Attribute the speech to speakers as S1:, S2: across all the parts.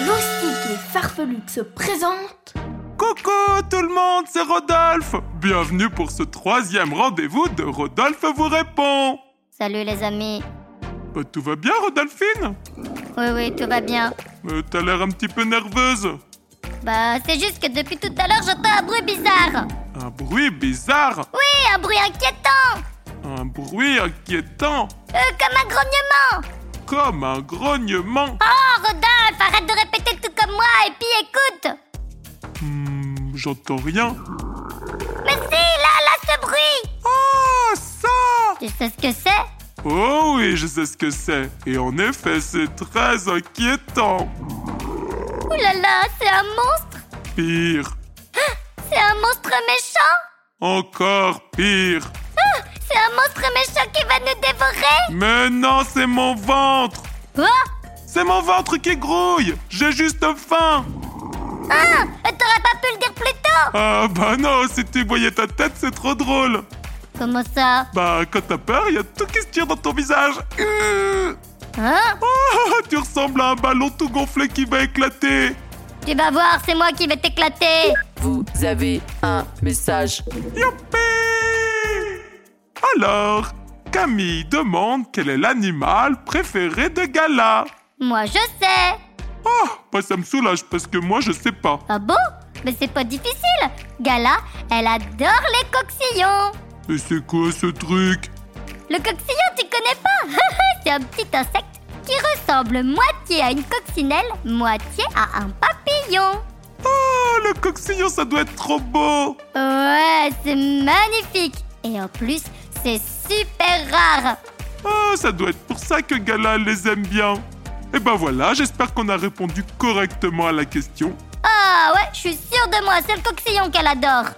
S1: Loustique et Farfelux se présentent
S2: Coucou tout le monde, c'est Rodolphe Bienvenue pour ce troisième rendez-vous de Rodolphe vous répond
S3: Salut les amis.
S2: Bah, Tout va bien Rodolphine
S3: Oui, oui, tout va bien.
S2: Mais T'as l'air un petit peu nerveuse
S3: Bah, c'est juste que depuis tout à l'heure, j'entends un bruit bizarre.
S2: Un bruit bizarre
S3: Oui, un bruit inquiétant.
S2: Un bruit inquiétant
S3: Euh, comme un grognement.
S2: Comme un grognement
S3: Oh, Rodolphe, arrête de répéter tout comme moi et puis écoute.
S2: Hmm, J'entends rien
S3: Mais si, là, là, ce bruit.
S2: Oh ça
S3: Tu sais ce que c'est
S2: Oh oui, je sais ce que c'est Et en effet, c'est très inquiétant
S3: Ouh là là, c'est un monstre.
S2: Pire
S3: C'est un monstre méchant. Ah,
S2: Encore pire
S3: C'est un monstre méchant qui va nous dévorer. Oh,
S2: Mais non, c'est mon ventre
S3: Quoi
S2: C'est mon ventre qui grouille J'ai juste faim
S3: Hein Euh, T'aurais pas pu le dire plus tôt.
S2: Ah bah non, si tu voyais ta tête, c'est trop drôle
S3: Comment ça
S2: Bah quand t'as peur, y a tout qui se tire dans ton visage Euh.
S3: Hein
S2: Ah, Tu ressembles à un ballon tout gonflé qui va éclater
S3: Tu vas voir, c'est moi qui vais t'éclater.
S4: Vous avez un message.
S2: Youpi Alors, Camille demande quel est l'animal préféré de Gala
S3: Moi, je sais.
S2: Oh, bah ça me soulage parce que moi je sais pas.
S3: Ah bon Mais c'est pas difficile Gala, elle adore les coquillons
S2: Mais c'est quoi ce truc
S3: Le coquillon, tu connais pas C'est un petit insecte qui ressemble moitié à une coccinelle, moitié à un papillon
S2: Oh, le coquillon, ça doit être trop beau
S3: Ouais, c'est magnifique Et en plus, c'est super rare
S2: Ah, ça doit être pour ça que Gala les aime bien. Et ben voilà, j'espère qu'on a répondu correctement à la question.
S3: Ah ouais, je suis sûre de moi, c'est le coquillon qu'elle adore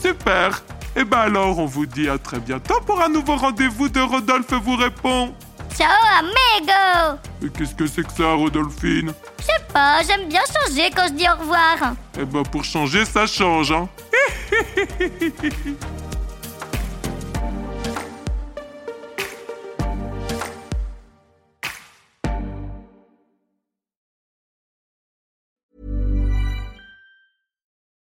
S2: Super Et ben alors, on vous dit à très bientôt pour un nouveau rendez-vous de Rodolphe vous répond.
S3: Ciao, amigo
S2: Et qu'est-ce que c'est que ça, Rodolphine
S3: Je sais pas, j'aime bien changer quand je dis au revoir
S2: Eh ben pour changer, ça change, hein